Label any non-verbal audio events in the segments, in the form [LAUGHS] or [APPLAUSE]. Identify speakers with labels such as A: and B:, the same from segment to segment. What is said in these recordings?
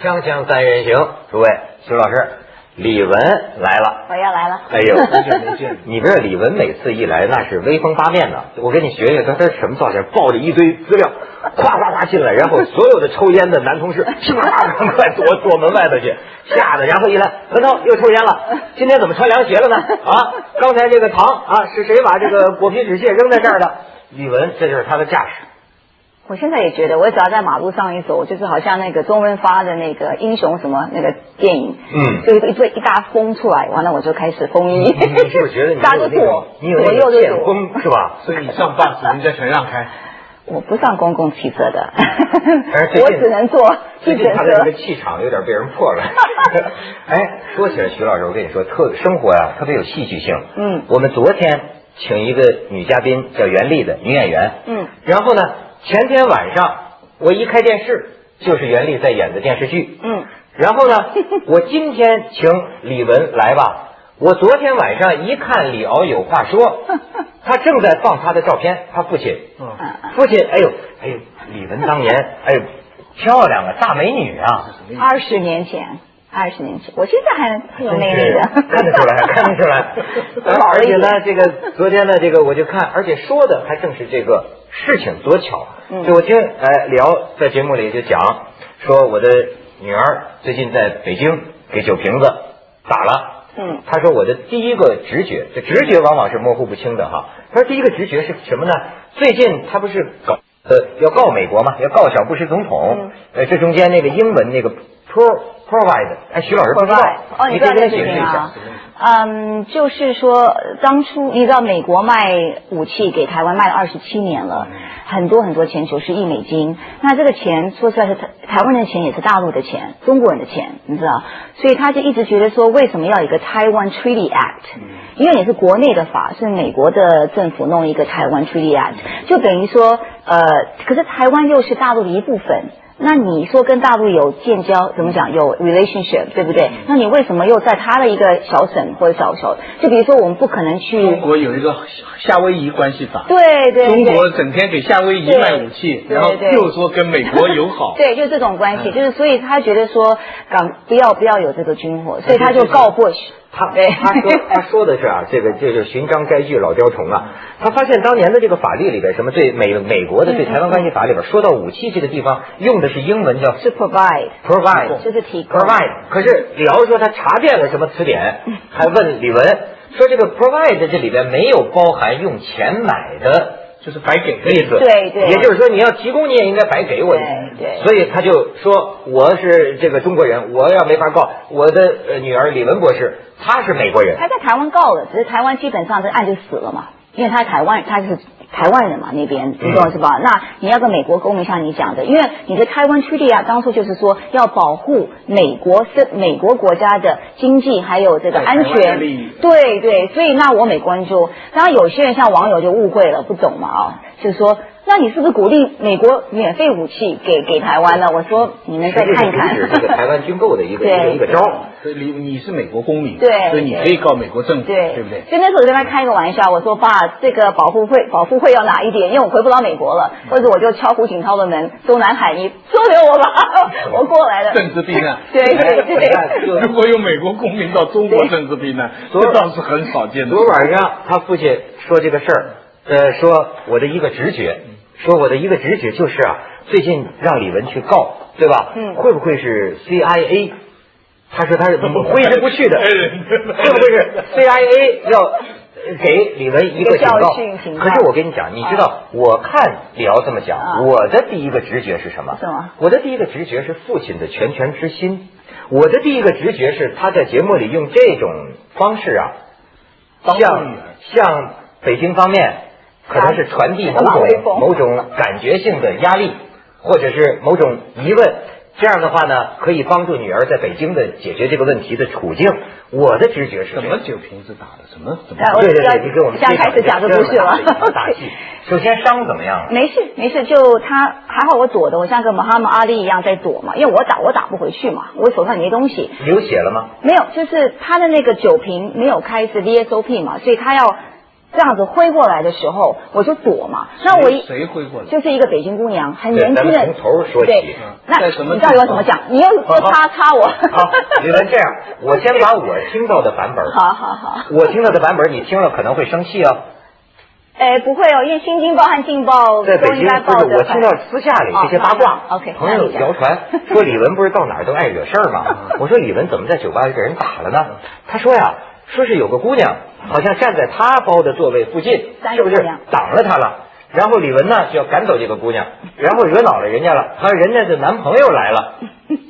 A: 锵锵三人行，诸位，徐老师，李玟来了。
B: 我要来了。
A: 哎 [LAUGHS]
B: [LAUGHS]
A: 呦，
C: 没劲没劲
A: 你不知道李玟每次一来那是威风八面的，我跟你学学，他他什么造型？抱着一堆资料，咵咵咵进来，然后所有的抽烟的男同事，唰唰快 [LAUGHS] 躲躲门外头去，吓得，然后一来，文涛又抽烟了，今天怎么穿凉鞋了呢？啊，刚才这个糖啊，是谁把这个果皮纸屑扔在这儿的？李玟，这就是他的架势。
B: 我现在也觉得，我只要在马路上一走，就是好像那个周润发的那个英雄什么那个电影，
A: 嗯
B: 就一堆一大风出来，完了我就开始风衣，
A: 你嗯是不是觉
B: [LAUGHS]
A: 得你
B: 大家
A: 有
B: 都
A: 那种
B: 躲，
A: 你有
B: 左
A: 那
B: 右
A: 种
B: 就
A: 剑
B: 躲。
A: 锋是吧？
C: 所以你上半死人家全让开。
B: 我不上公共汽车
A: [LAUGHS]
B: 的
A: 哎，最近
B: 我只能坐
A: 最
B: 计
A: 近
B: 程
A: 他的这
B: 车
A: 个。气场有点被人
B: [LAUGHS]
A: 破了。哎，说起来，徐老师，我跟你说，特生活呀、特别有戏剧性。
B: 嗯
A: 我们昨天请一个女嘉宾叫袁丽的女演员。
B: 嗯，
A: 然后呢，前天晚上我一开电视，就是袁丽在演的电视剧。
B: 嗯，
A: [LAUGHS] 然后呢，我今天请李玟来吧。我昨天晚上一看李敖有话说，他正在放他的照片，他父亲。
C: 嗯，
B: 啊
A: 父亲，哎呦，哎呦，李玟当年，哎呦，漂亮啊，大美女啊，
B: 二十年前，二十年前，我现在还挺有魅力 [LAUGHS] 的。
A: 真是，看得出来，看得出来
B: [LAUGHS] 老了
A: 而
B: 一
A: 且
B: 点
A: 呢，这个昨天呢，这个我就看，而且说的还正是这个事情，多巧。啊
B: 嗯
A: 就我听哎聊在节目里就讲说，我的女儿最近在北京给酒瓶子打了。
B: 嗯
A: 他说我的第一个直觉，这直觉往往是模糊不清的哈。他说第一个直觉是什么呢？最近他不是搞呃要告美国嘛，要告小布什总统
B: 嗯。
A: 呃，这中间那个英文那个 pro provide，哎，徐老师不知道
B: 哦，，你
A: 你
B: 知
A: 可
B: 道
A: 以
B: 这
A: 给
B: 个
A: 解释
B: 事
A: 一
B: 情
A: 下
B: 啊。？嗯，就是说，当初你知道美国卖武器给台湾卖了二十七年了，
A: 嗯
B: 很多很多钱，九十亿美金。那这个钱说实在是台台湾人的钱，也是大陆的钱，中国人的钱，你知道？所以他就一直觉得说，为什么要有一个 Taiwan Treaty Act？
A: 嗯
B: 因为也是国内的法，是美国的政府弄一个台湾 Treaty Act，就等于说，呃，可是台湾又是大陆的一部分。那你说跟大陆有建交，怎么讲有 relationship，对不对？那你为什么又在他的一个小省或者小小？就比如说，我们不可能
C: 中
B: 去，
C: 国有一个夏威夷关系法，
B: 对对
C: 中
B: 对，
C: 国整天给夏威夷卖武器，
B: 对
C: 然后
B: 对
C: 又说跟美国友好。
B: [LAUGHS]
C: 嗯
B: 对，就这种关系，就是所以他觉得说，港不要不要有这个军火，所以他就告 Bush，
A: 他
B: 对，
A: 他说他说的是啊，这个这就是寻章摘句老雕虫啊。他发现当年的这个法律里边，什么对美美国的
B: 嗯
A: 对台湾关系法里边，说到武器这个地方用的是英文叫
B: [LAUGHS] 是 provide，
A: provide，
B: 就是提供
A: provide。可是李敖说他查遍了什么词典，
B: 嗯
A: 还问李玟说这个 provide 这里边没有包含用钱买的
C: 就是白给的
A: 例子，
B: 对对
A: 也就是说你要提供你也应该白给我，
B: 对对
A: 所以他就说我是这个中国人，我要没法告我的呃女儿李玟博士，她是美国人，
B: 他在台湾告了，只是台湾基本上这案就死了嘛，因为他是台湾，他是台湾人嘛，那边你懂是
C: 嗯
B: 吧？那你要跟美国公民像你讲的，因为你的台湾区地啊，当初就是说要保护美国是美国国家的经济还有这个
C: 对
B: 安
C: 台湾的
B: 全
C: 利益，
B: 对对，所以那我美国人就，当然有些人像网友就误会了，不懂嘛啊，就说。那你是不是鼓励美国免费武器给给台湾呢？我说你们再
A: 实际
B: 看
A: 是
B: 一
A: 阻
B: 看
A: 止。这个台湾军购的一个一个
B: 对
A: 一个招儿。
C: 所以你你是美国公民，
B: 对
C: 所以你可以告美国政府，
B: 对，
C: 对不对？
B: 所以那时候我就跟他开个玩笑，我说爸，这个保护费保护费要拿一点，因为我回不了美国了，
C: 嗯
B: 或者我就敲胡锦涛的门，中南海一收留
C: [LAUGHS]
B: 我吧，我过来了。。
C: 政治避难
B: [LAUGHS] 对对
A: 哎
B: 对。
A: 你看就
C: 如果有美国公民到中国政治避
B: [LAUGHS]
C: 难，
A: 对
C: 这倒是很少见的
A: 昨。晚上他父亲说这个事儿，呃，说我的一个直觉，
B: 嗯
A: 说我的一个直觉就是啊，最近让李文去告，对吧？
B: 嗯
A: 会不会是 CIA？他说他
B: [LAUGHS]
A: 是挥之不去的，
C: 哎
A: 会不会是 CIA 要给李文一个警告
B: 一个教训警？告
A: 可是我跟你讲，你知道，我看李敖这么
B: 啊
A: 讲，我的第一个直觉是什么？
B: 什么
A: 我的第一个直觉是父亲的拳拳之心。我的第一个直觉是他在节目里用这种方式啊，
C: 帮助
A: 向
C: 女儿
A: 向北京方面可能是传递某
B: 打
A: 种
B: 威风
A: 某种感觉性的压力，或者是某种疑问。这样的话呢，可以帮助女儿在北京的解决这个问题的处境。我的直觉是这
C: 什
A: 样
C: 么酒瓶子打的？什么怎么
B: 哎？我
A: 对对
B: 要
A: 对，你给我们
B: 现在开始讲这故事了
A: 大
B: [LAUGHS]
A: 戏。首先伤怎么样了？
B: 没事没事，就他还好我躲的，我像个马哈姆阿里一样在躲嘛，因为我打我打不回去嘛，我手上也没东西，
A: 流血了吗？
B: 没有，就是他的那个酒瓶没有开是 VSOP 嘛，所以他要这样子挥过来的时候，我就躲嘛。那我一
C: 谁挥过来？
B: 就是一个北京姑娘，很
A: 对
B: 年轻
A: 咱们
B: 的，
A: 从头儿说起
B: 对
A: 嗯，
B: 那
C: 在什么
B: 你到底要怎么讲？你又又插插嗯我，
A: 好，你们这样，我先把我听到的版本儿，
B: [LAUGHS] 好好好，
A: 我听到的版本儿你听了可能会生气哦。
B: 哎，不会哦，因为新京报和劲报
A: 在北
B: 都应
A: 京，
B: 该
A: 不
B: 报
A: 是
B: 的
A: 我听到私下里这些八卦
B: 哦那那，OK，
A: 朋友
B: 那你讲
A: 谣传
B: [LAUGHS]
A: 说李玟不是到哪儿都爱惹事儿吗？我说李玟怎么在酒吧给人打了呢？他说呀，说是有个姑娘好像站在他包的座位附近，
B: 三
A: 是不
B: 个姑
A: 是
B: 娘
A: 挡了他了？然后李玟呢就要赶走这个姑娘，然后惹恼了人家了，他说人家的男朋友来
B: [LAUGHS]
A: 了，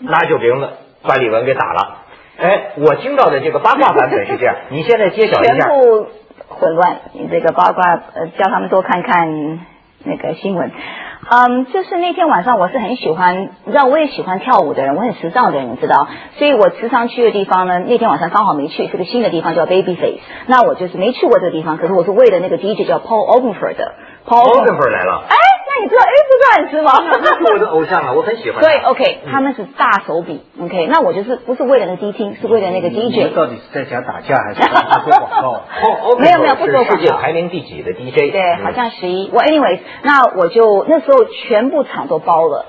A: 拿酒瓶子把李玟给打了。哎，我听到的这个八卦版本是这样，你现在揭晓一
B: 全
A: 下。
B: 部混乱。你这个八卦，呃，叫他们多看看那个新闻。嗯，就是那天晚上，我是很喜欢，你知道，我也喜欢跳舞的人，我很时尚的人，你知道，所以我时常去的地方呢，那天晚上刚好没去，是个新的地方叫 Baby Face，那我就是没去过这个地方，可是我是为了那个 DJ 叫 Paul Oakenfold 的 Paul
A: o p e 来
B: [LAUGHS]
A: 了，
B: 哎，那你知道 A 不是很时髦？
A: 他是
B: [LAUGHS]
A: 我的偶像啊，我很喜欢他。
B: 对，OK，
A: 嗯
B: 他们是大手笔，OK，那我就是不是为了那 DJ，是为了那个
C: 你们
B: DJ。
C: 到底是在家打架还是在家做广告？
A: [LAUGHS] 哦，
B: 没有没有不说
A: 是世界
B: 广告
A: 排名第几的 DJ？
B: 对，好像十一。我 anyways，那我就那时候全部场都包了。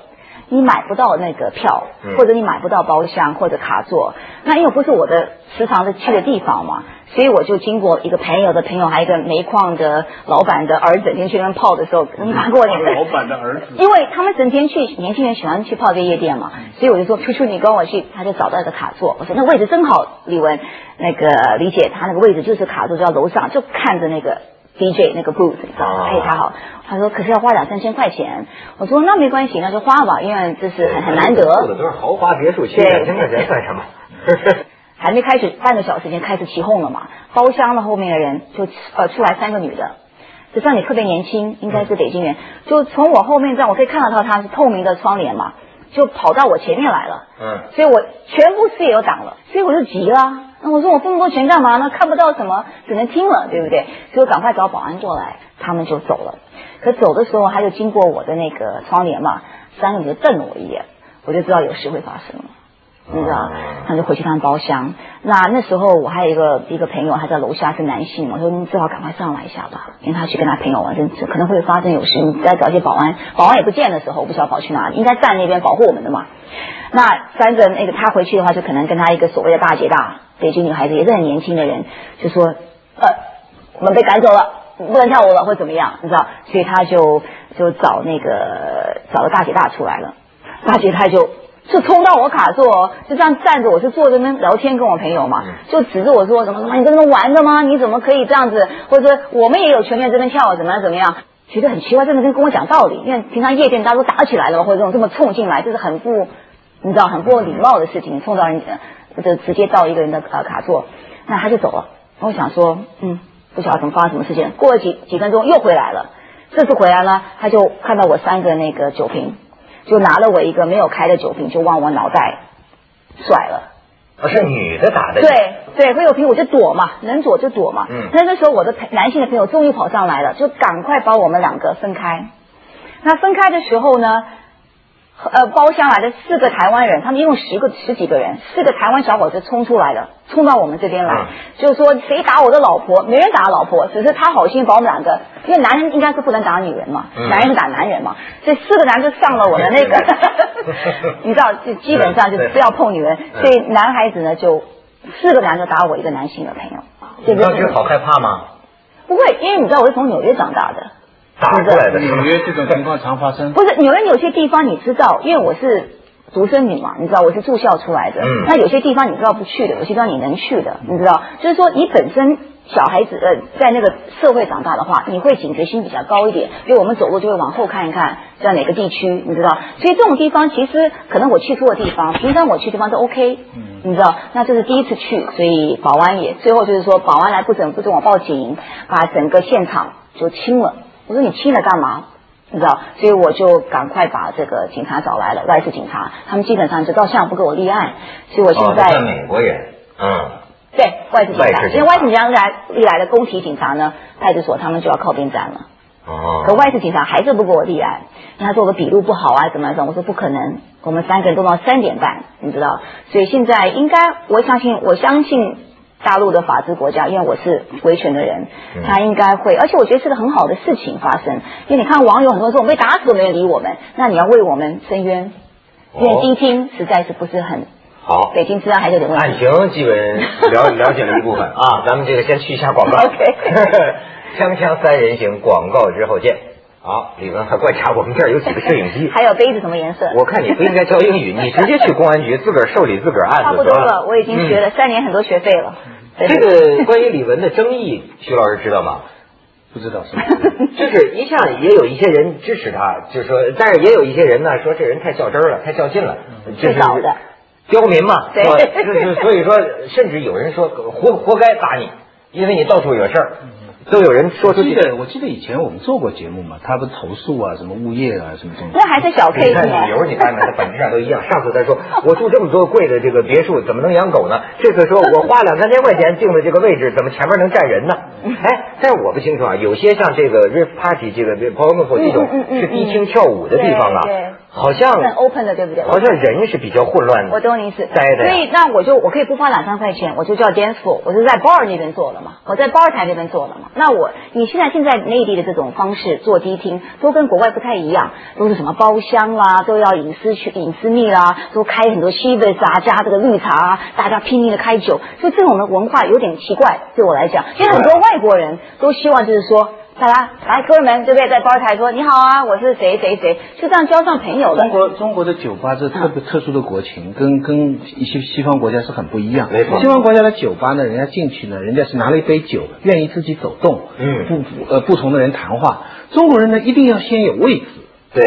B: 你买不到那个票
A: 嗯，
B: 或者你买不到包厢或者卡座，那因为不是我的时常的去的地方嘛，所以我就经过一个朋友的朋友，还有一个煤矿的老板的儿子，天去那边泡的时候，你拿给我两个
C: [LAUGHS] 老板的儿子，
B: 因为他们整天去，年轻人喜欢去泡这夜店嘛，所以我就说，求求你跟我去，他就找到一个卡座，我说那位置正好，李文那个李姐她那个位置就是卡座，就在楼上，就看着那个 DJ 那个 booth，你知道吗
A: 啊
B: 哎，他好，他说可是要花两三千块钱，我说那没关系，那就花吧，因为这是很很难
A: 住
B: 得，
A: 的都是豪华别墅区，
B: 对
A: 两千块钱算什
B: [LAUGHS]
A: 么？
B: 还没开始半个小时间开始起哄了嘛，包厢的后面的人就呃出来三个女的，就算你特别年轻，应该是北京人，就从我后面这样，我可以看得到她是透明的窗帘嘛，就跑到我前面来了，
A: 嗯，
B: 所以我全部视野都挡了，所以我就急了。那我说我这么多钱干嘛呢？看不到什么，只能听了，对不对？所以我赶快找保安过来，他们就走了。可走的时候，他就经过我的那个窗帘嘛，三个女的瞪了我一眼，我就知道有事会发生了。你知道
A: 哦，
B: 他就回去他们包厢。那那时候我还有一个一个朋友，他在楼下是男性，我说你最好赶快上来一下吧，因为他去跟他朋友玩，这这可能会发生有事，你再找一些保安，保安也不见的时候，我不晓得跑去哪里，应该站那边保护我们的嘛。那三个那个他回去的话，就可能跟他一个所谓的大姐大，北京女孩子也是很年轻的人，就说呃，我们被赶走了。不能跳舞了，或怎么样，你知道？所以他就就找那个找了大姐大出来了。大姐她就就冲到我卡座哦，就这样站着，我是坐着那边聊天跟我朋友嘛
A: 嗯，
B: 就指着我说什么什么，你在那边玩的吗？你怎么可以这样子？或者我们也有权利在这边跳，怎么样怎么样？觉得很奇怪，真的跟跟我讲道理，因为平常夜店大家都打起来了，或者这种这么冲进来，这是很不，你知道很不礼貌的事情，冲到人呃就直接到一个人的呃卡座，那他就走了。我想说，嗯，不晓得怎么发生什么事情。过了几几分钟又回来了，这次回来呢，他就看到我三个那个酒瓶，就拿了我一个没有开的酒瓶，就往我脑袋甩了。
A: 哦是女的打的，
B: 对对，会有瓶我就躲嘛，能躲就躲嘛。
A: 嗯
B: 那那时候我的朋男性的朋友终于跑上来了，就赶快把我们两个分开。那分开的时候呢，呃，包厢来的四个台湾人，他们一共十个十几个人，四个台湾小伙子冲出来了，冲到我们这边来，
A: 嗯
B: 就说谁打我的老婆？没人打老婆，只是他好心把我们两个，因为男人应该是不能打女人嘛，
A: 嗯，
B: 男人打男人嘛，这四个男就上了我的那个你知道，就基本上就是不要碰女人，
A: 嗯
B: 所以男孩子呢就四个男的打我一个男性的朋友，
A: 你
B: 这
A: 当
B: 就
A: 时嗯好害怕吗？
B: 不会，因为你知道我是从纽约长大的，
A: 打过来的是
C: 纽
A: 吗
C: 约这种情况常发
B: [LAUGHS]
C: 生。
B: 不是纽约有些地方你知道，因为我是独生女嘛，你知道我是住校出来的。
A: 嗯
B: 那有些地方你知道不去的，有些地方你能去的，你知道，就是说你本身小孩子呃在那个社会长大的话，你会警觉心比较高一点，因为我们走路就会往后看一看，在哪个地区，你知道，所以这种地方其实可能我去错的地方，平常我去的地方都 OK。
C: 嗯
B: 你知道，那这是第一次去，所以保安也最后就是说，保安来不准不准我报警，把整个现场就清了。我说你清了干嘛？你知道，所以我就赶快把这个警察找来了，外事警察，他们基本上就到现在不给我立案，所以我
A: 哦
B: 现，
A: 那
B: 在、
A: 算美国人，嗯，
B: 对外事警
A: 外事警
B: 察，
A: 察
B: 因为外事警察来立来的公体警察呢，派出所他们就要靠边站了。可
A: 哦，
B: 外事警察还是不给我啊立案，他说我笔录不好啊，怎么怎么？我说不可能，我们三个人都到三点半，你知道，所以现在应该我相信，我相信大陆的法治国家，因为我是维权的人
A: 嗯，
B: 他应该会，而且我觉得是个很好的事情发生，因为你看网友很多人说我们被打死都没人理我们，那你要为我们伸冤，因为
A: 哦
B: 低听实在是不是很，
A: 好，
B: 北京治安还是有点问
A: 案
B: 题。
A: 情基本
B: [LAUGHS]
A: 了了解了一部分啊，咱们这个先去一下广告。
B: OK，
A: [LAUGHS] 锵锵三人行广告之后见。好，李文还观察我们这儿有几个摄影机
B: 还有杯子什么颜色？ [LAUGHS]
A: 我看你不应该教英语，你直接去公安局自个儿受理自个儿案
B: 差
A: 子
B: 不
A: 得
B: 多了，我已经学
A: 嗯
B: 了三年很多学费了。对
A: 这个关于李玟的争议，徐老师知道吗？
C: 不知道什么。
A: 就是一向也有一些人支持他，就说，但是也有一些人呢说这人太较真儿了，太较劲了，就是
B: 嗯最早的
A: 刁民嘛，
B: 对
A: 是
B: [LAUGHS]
A: 吧就是所以说，甚至有人说活活该打你，因为你到处惹事儿，
B: 嗯
A: 都有人说
C: 我
A: 出去。
C: 记得我记得以前我们做过节目嘛，他不投诉啊，什么物业啊，什么东西。
B: 那还是小
A: 你
B: case
A: 看
B: 呢
A: 理。由，你看看，它本质上都一样。上次他说我住这么多贵的这个别墅，怎么能养狗呢？这次说我花两三千块钱定的这个位置，怎么前面能站人呢？哎，但是我不清楚啊，有些像这个 r i f party 这个 pompo 这种
B: 嗯嗯嗯嗯
A: 是低清跳舞的地方啊
B: 对对，
A: 好像
B: 很 open 的，对不对？
A: 好像人是比较混乱
B: 我懂你意思，
A: 呆的
B: 所以
A: 呀。
B: 那我就我可以不花两三块钱，我就叫 dance floor，我就在 bar 那边做了嘛，我在 bar 台那边做了嘛。那我你现在现在内地的这种方式做迪厅，都跟国外不太一样，都是什么包厢啦，都要隐私去隐私密啦，都开很多西贝啊加这个绿茶啊，大家拼命的开酒，所以这种的文化有点奇怪，对我来讲，因为很多外国人都希望就是说。大家来，哥们，对不对？在吧台说你好啊，我是谁谁谁，就这样交上朋友的
C: 中。国中国的酒吧是特
A: 嗯
C: 别特殊的国情，跟跟一些西方国家是很不一样。
A: 没错
C: 西方国家的酒吧呢，人家进去呢，人家是拿了一杯酒，愿意自己走动，
A: 嗯
C: 不不呃不同的人谈话。中国人呢，一定要先有位置。
A: 对，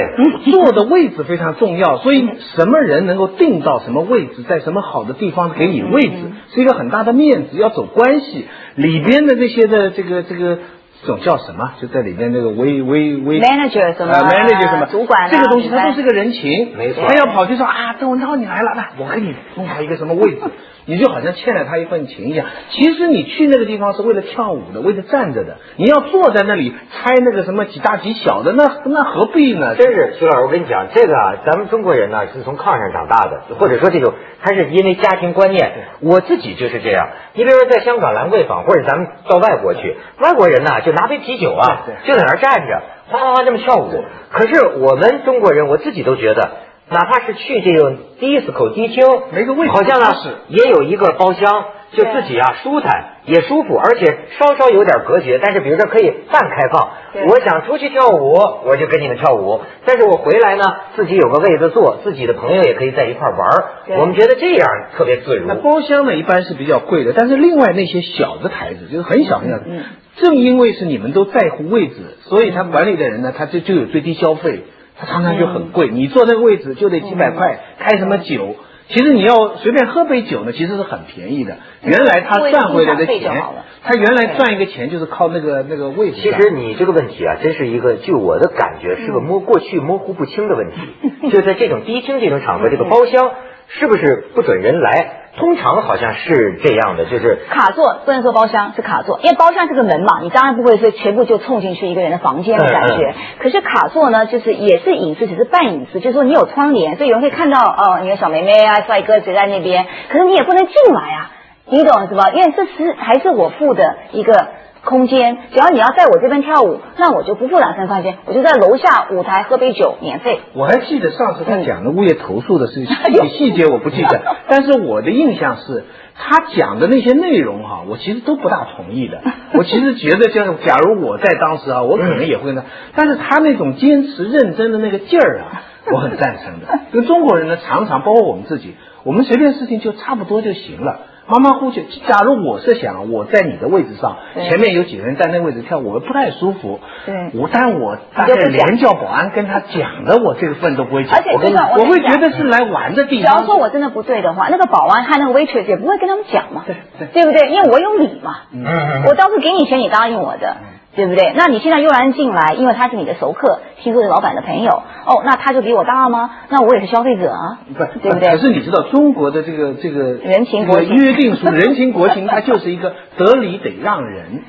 C: 坐的位置非常重要，所以什么人能够定到什么位置，在什么好的地方给你位置，
B: 嗯
C: 是一个很大的面子，要走关系。里边的这些的这个这个。这种叫什么？就在里边那个微微微
B: Manager 什么啊
C: 呃 manager 什么
B: 主管啊
C: 这个东西，
B: 明白
C: 它都是个人情，
A: 没错
C: 他要跑去说啊，邓文涛你来了，来我给你弄好一个什么
B: [LAUGHS]
C: 位置，你就好像欠了他一份情一样。其实你去那个地方是为了跳舞的，为了站着的，你要坐在那里猜那个什么几大几小的，那那何必呢？
A: 真是徐老师，我跟你讲，这个啊，咱们中国人呢是从炕上长大的，或者说这种，他是因为家庭观念。我自己就是这样。你比如说在香港兰桂坊，或者咱们到外国去，外国人呢就拿杯啤酒啊，
C: 对对
A: 就在那儿站着，哗哗哗这么跳舞。可是我们中国人，我自己都觉得。哪怕是去这种 disco 迪厅，
C: 没个位置
A: 好像啊
C: 不是
A: 也有一个包厢，就
B: 对
A: 自己啊舒坦也舒服，而且稍稍有点隔绝，但是比如说可以半开放
B: 对。
A: 我想出去跳舞，我就跟你们跳舞；但是我回来呢，自己有个位子坐，自己的朋友也可以在一块儿玩儿
B: 对
A: 我们觉得这样特别自如
C: 那。包厢呢，一般是比较贵的，但是另外那些小的台子，就是很小很小的。
B: 嗯
C: 正因为是你们都在乎位置，所以他管理的人呢，他就就有最低消费，他常常就
B: 嗯
C: 很贵。你坐那个位置就得几百块，开什么酒？其实你要随便喝杯酒呢，其实是很便宜的。原来他赚回来的
B: 为了欣赏费
C: 钱
B: 就好了，
C: 他原来赚一个钱就是靠那个那个位置
A: 其
C: 上。
A: 实你这个问题啊，真是一个，据我的感觉，
B: 嗯
A: 是个模过去模糊不清的问
B: [LAUGHS]
A: 题。就在这种低厅这种场合，这个包厢是不是不准人来？通常好像是这样的，就是
B: 卡座不能说包厢是卡座，因为包厢是个门嘛，你当然不会说全部就冲进去一个人的房间的感觉。
A: 嗯
B: 可是卡座呢，就是也是隐私，只是半隐私，就是说你有窗帘，所以有人会看到哦，你的小妹妹啊、帅哥谁在那边，可是你也不能进来啊，你懂是吧？因为这是还是我付的一个。空间，只要你要在我这边跳舞，那我就不付两三块钱，我就在楼下舞台喝杯酒，免费。
C: 我还记得上次他讲的物业投诉的事情，
B: [LAUGHS] 哎呦
C: 具体细节我不记得，
B: [LAUGHS]
C: 但是我的印象是他讲的那些内容哈、我其实都不大同意的。我其实觉得，就是假如我在当时啊，我可能也会呢，
B: 嗯
C: 但是他那种坚持认真的那个劲儿
B: [LAUGHS]
C: 啊，我很赞成的。跟中国人呢，常常包括我们自己，我们随便事情就差不多就行了。马马虎虎，假如我是想我在你的位置上，
B: 对
C: 前面有几个人在那位置跳，我不太舒服。
B: 对
C: 我但我大
B: 你就
C: 概
B: 不讲
C: 连叫保安跟他讲的，我这个份都不会讲。
B: 而且
C: 我跟
B: 就算我
C: 我会
B: 跟你
C: 觉得是来玩的地
B: 假如
C: 方。
B: 说我真的不对的话，那个保安和那个 waitress 也不会跟他们讲嘛，对不对？因为我有理嘛，
A: 嗯
B: 我当初给你钱，你答应我
C: 嗯
B: 的，对不对？那你现在悠然进来，因为他是你的熟客，听说是老板的朋友，哦，那他就比我大吗？那我也是消费者啊，对不
C: 可
B: 对？
C: 是你知道中国的这个这个
B: 人情国情
C: 这个约定俗人情国情，它就是一个得理得让人。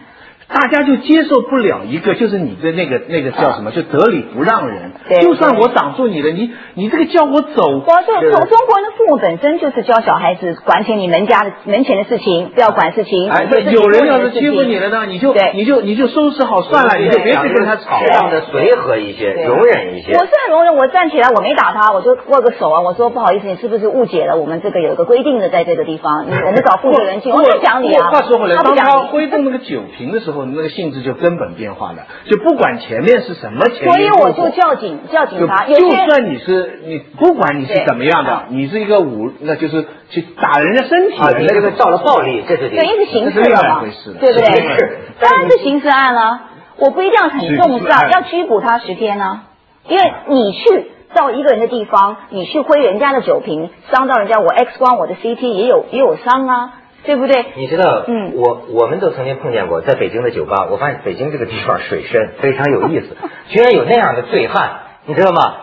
C: 大家就接受不了一个，就是你的那个那个叫什么，就得理不让人。
B: 啊对
C: 就算我挡住你了，你你这个叫我走，
B: 我就中中国人的父母本身就是教小孩子管起你门家的门前的事情，不要管事情。
C: 哎，
B: 不是
C: 对，有人要是
B: 自己
C: 欺负
B: 做的事情
C: 你了呢，你就
B: 对
C: 你就你就收拾好算了，你就别去跟他吵
A: 适
C: 了。
A: 当的随和一些，
B: 啊对
A: 容忍一些。
B: 我是很容忍，我站起来，我没打他，我就握个手啊。我说不好意思，你是不是误解了我们这个有一个规定的，在这个地方，你我们找负责人进，
C: 不
B: 我
C: 过
B: 不讲理啊。
C: 不过话说回来，
B: 他不
C: 当他
B: 讲理。
C: 挥动那个酒瓶的时候，那个性质就根本变化了，就不管前面是什么前因
B: 所以我
C: 后果
B: 就叫警叫警
C: 就
B: 察，有
C: 就
B: 些人
C: 算你是你，不管你是
B: 对
C: 怎么样的
B: 啊，
C: 你是一个武，那就是去打人家身体
A: 啊，
C: 的，
A: 你
C: 那
A: 那
C: 个
A: 个
C: 造
A: 到了暴力，这是
B: 对，因为是刑
C: 这是
B: 事
C: 另
B: 的
C: 外一
B: 嘛
C: 回事，
B: 对不对
A: 是是？
B: 当然是刑事案了、我不一定要很重
C: 是是
B: 罪，要拘捕他十天呢、因为你去到一个人的地方，你去挥人家的酒瓶，伤到人家，我 X 光，我的 CT 也有也有伤啊，对不对？
A: 你知道，
B: 嗯
A: 我我们都曾经碰见过，在北京的酒吧，我发现北京这个地方水深，非常有意思，居然有那样的醉汉，你知道吗？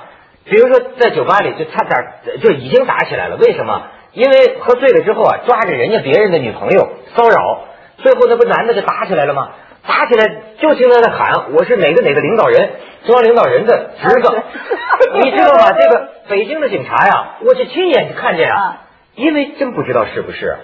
A: 比如说在酒吧里就差点就已经打起来了，为什么？因为喝醉了之后啊，抓着人家别人的女朋友骚扰，最后那不男的就打起来了吗？打起来就听他在喊，我是哪个哪个领导人，中央领导人的侄
B: 啊
A: 子，你知道吗？这个北京的警察呀，我是亲眼看见
B: 啊
A: 啊，因为真不知道是不是。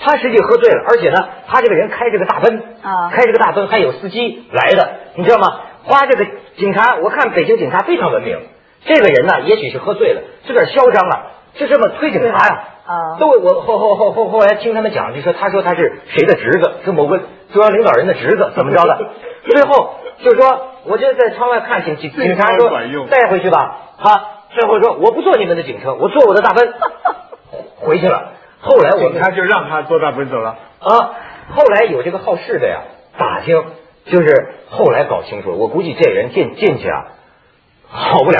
A: 他实际喝醉了，而且呢，他这个人开这个大奔，
B: 啊
A: 开这个大奔还有司机来的，你知道吗？花这个警察，我看北京警察非常文明。这个人呢，也许是喝醉了，自个儿嚣张啊，就这么推警察呀、
B: 啊
A: 都我后后后后后来听他们讲，就说他说他是谁的侄子，是某个中央领导人的侄子，怎么
B: [LAUGHS]
A: 着的？最后就说，我就在窗外看警警
C: 这
A: 警察
C: 招
A: 说
C: 管用
A: 带回去吧，他最后说我不坐你们的警车，我坐我的大奔回去了。后来我们
C: 就让他做大奔走了。
A: 啊，后来有这个好事的呀，打听，就是后来搞清楚了，我估计这人进进去啊，好不了，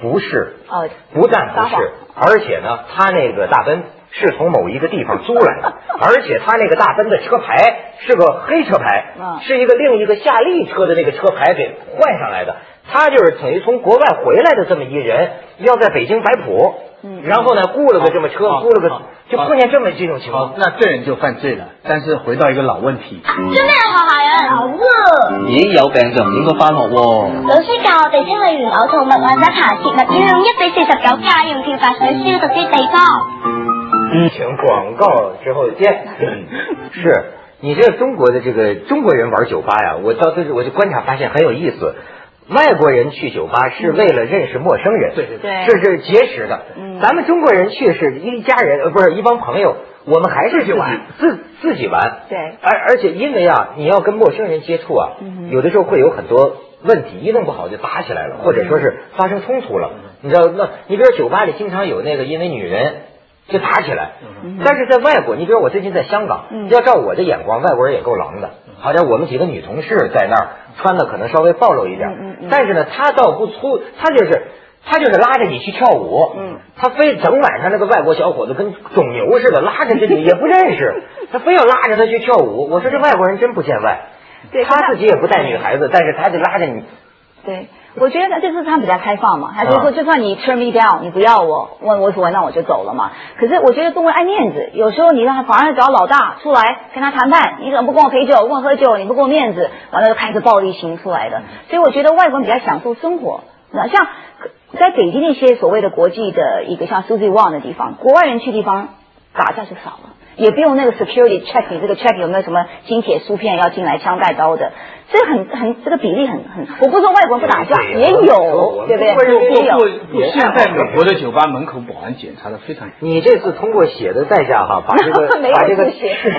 A: 不是，
B: 哦
A: 不但不
B: 撒谎
A: 是，而且呢，他那个大奔是从某一个地方租来
B: [LAUGHS]
A: 的，而且他那个大奔的车牌是个黑车牌，
B: 嗯
A: 是一个另一个夏利车的那个车牌给换上来的。他就是等于从国外回来的这么一人，要在北京摆谱，
B: 嗯
A: 然后呢雇了个这么车，
C: 好
A: 雇了个
C: 好
A: 就
C: 好
A: 碰见这么几种情况
C: 好，。那这人就犯罪了。但是回到一个老问题，
D: 真係學校有人好喎，
E: 咦，有病就唔應該翻學喎。
D: 老師教我哋清理完嘔吐物或者排泄物，要用一比四十九家用漂白水消毒啲地方。
A: 请广告之后见。 [LAUGHS] 是你这中国的这个中国人玩酒吧呀，我到这我就观察发现很有意思。外国人去酒吧是为了认识陌生人，
C: 对对
B: 对
A: 这是结识的。
B: 嗯
A: 咱们中国人去是一家人，呃，不是一帮朋友，我们还是去玩，自自己玩。
B: 对
A: 而而且因为啊，你要跟陌生人接触啊，
B: 嗯哼嗯
A: 有的时候会有很多问题，一弄不好就打起来了，或者说是发生冲突了。你知道，那你比如酒吧里经常有那个因为女人就打起来，
B: 嗯
A: 但是在外国，你比如我最近在香港，
B: 嗯
A: 要照我的眼光，外国人也够狼的。好像我们几个女同事在那儿穿的可能稍微暴露一点，
B: 嗯嗯嗯
A: 但是呢，他倒不粗，他就是他就是拉着你去跳舞，
B: 嗯
A: 他非整晚上那个外国小伙子跟肿牛似的拉着这你也不认识，他非要拉着他去跳舞。我说这外国人真不见外，
B: 对
A: 他
B: 他
A: 自己也不带女孩子，但是他就拉着你，
B: 对，我觉得就是他比较开放嘛，他就
C: 啊
B: 说就算你 turn me down，你不要我，我我我那我就走了嘛。可是我觉得中国人爱面子，有时候你让他反而找老大出来跟他谈判，你怎么不跟我陪酒，不跟我喝酒，你不给我面子，完了就开始暴力型出来的。所以我觉得外国人比较享受生活，那像在北京那些所谓的国际的一个像 Susie Wong 的地方，国外人去地方打架就少了。也不用那个 security check 你这个 check 有没有什么金铁书片要进来枪带刀的，这很很这个比例很很，我不是说外国人不打架，
A: 对
B: 也有
A: 我，
B: 对不对？
A: 我
C: 不
B: 也有。
C: 不不，现在美国的酒吧门口保安检查的非常严。
A: 你这次通过血的代价哈，把这个
B: [LAUGHS] 没有
A: 把这个
B: 吐血
A: 视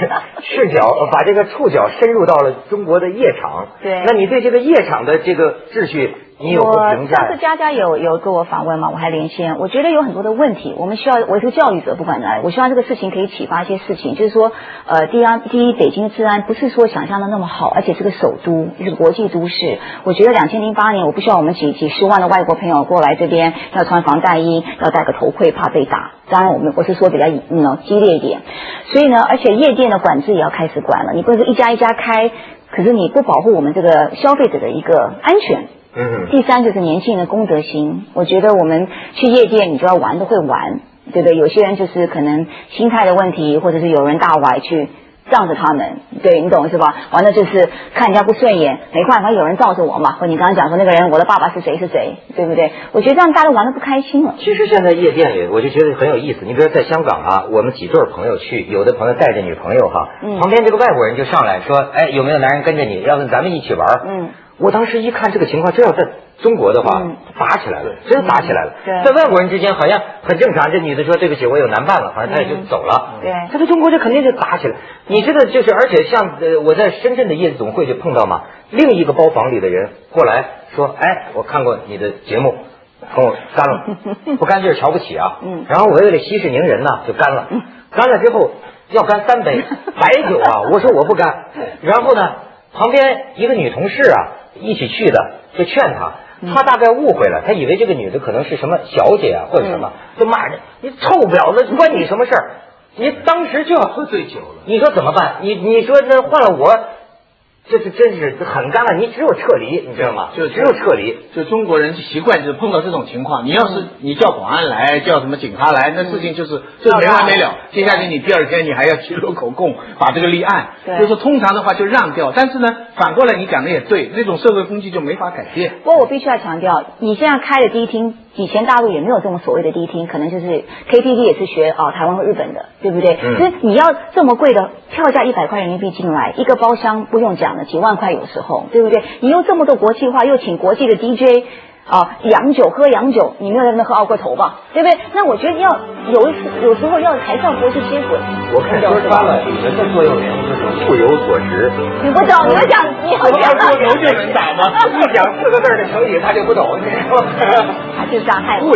A: 视角，呃把这个触角深入到了中国的夜场。
B: 对
A: 那你对这个夜场的这个秩序，你有何
B: 我
A: 评价
B: 上次？佳佳有有跟我访问嘛，我还连线，我觉得有很多的问题，我们需要，我是个教育者，不管哪里，我希望这个事情可以启发一些事情，就是说，呃，第一啊，第一，北京治安不是说想象的那么好，而且是个首都，是个国际都市。我觉得两千零八年，我不需要我们几几十万的外国朋友过来这边要穿防弹衣，要戴个头盔，怕被打。当然，我们我是说比较嗯激烈一点，所以呢，而且夜店的管制也要开始管了，你不能说一家一家开。可是你不保护我们这个消费者的一个安全，
A: 嗯，
B: 第三就是年轻人的公德心，我觉得我们去夜店，你就要玩的会玩，对不对？有些人就是可能心态的问题，或者是有人大崴去。仗着他们，对你懂是吧？完了就是看人家不顺眼，没办法，有人罩着我嘛。或你刚刚讲说那个人，我的爸爸是谁是谁，对不对？我觉得这样大家玩的不开心了。
A: 其实现在夜店里，我就觉得很有意思。你比如在香港啊，我们几对儿朋友去，有的朋友带着女朋友哈，
B: 嗯
A: 旁边这个外国人就上来说：“哎，有没有男人跟着你？要不咱们一起玩儿？”
B: 嗯，
A: 我当时一看这个情况，这要在中国的话，
B: 嗯
A: 打起来了，真打起来了。
B: 嗯
A: 在
B: 对
A: 外国人之间好像很正常，这女的说：“对不起，我有男伴了。”反正她也就
B: 嗯
A: 走了。
B: 对
A: 他在中国这肯定就打起来。你这个就是，而且像呃，我在深圳的夜总会就碰到嘛，另一个包房里的人过来说：“哎，我看过你的节目。”跟我干
B: [LAUGHS]
A: 了，不干就是瞧不起啊。
B: 嗯
A: 然后我为了息事宁人呢，就干了。干了之后要干三
B: [LAUGHS]
A: 杯白酒啊，我说我不 [LAUGHS] 干。然后呢，旁边一个女同事啊，一起去的，就劝他。他大概误会了，他以为这个女的可能是什么小姐啊，或者什么，就骂人：“你臭婊子，关你什么事儿？”你当时就要喝醉酒了，你说怎么办？你你说这换了我，这是真是很尴尬，你只有撤离，你知道吗？
C: 就
A: 只有撤离。
C: 就中国人习惯就是碰到这种情况，你要是你叫保安来，叫什么警察来，那事情就是就没完没了。接下来你第二天你还要去录口供，把这个立案。
B: 对
C: 就是通常的话就让掉，但是呢，反过来你讲的也对，那种社会风气就没法改变。
B: 不过我必须要强调，你现在开的迪厅，以前大陆也没有这种所谓的迪厅，可能就是 KTV 也是学啊、台湾和日本的，对不对？
A: 嗯
B: 所以你要这么贵的票价一百块人民币进来，一个包厢不用讲了，几万块有时候，对不对？你又这么多国际化，又请国际的 DJ。啊，洋酒喝洋酒，你没有在那喝熬过头吧？对不对？那我觉得要有有时候要还是要国际接轨。
A: 我看说穿了，你们的座右铭就是不有所值。
B: 你不懂，你们讲你
A: 啊
B: 好像 [LAUGHS]
A: [LAUGHS] 头就能打吗？讲四个字儿的成语他就不懂，你说。
B: 啊他就伤害我。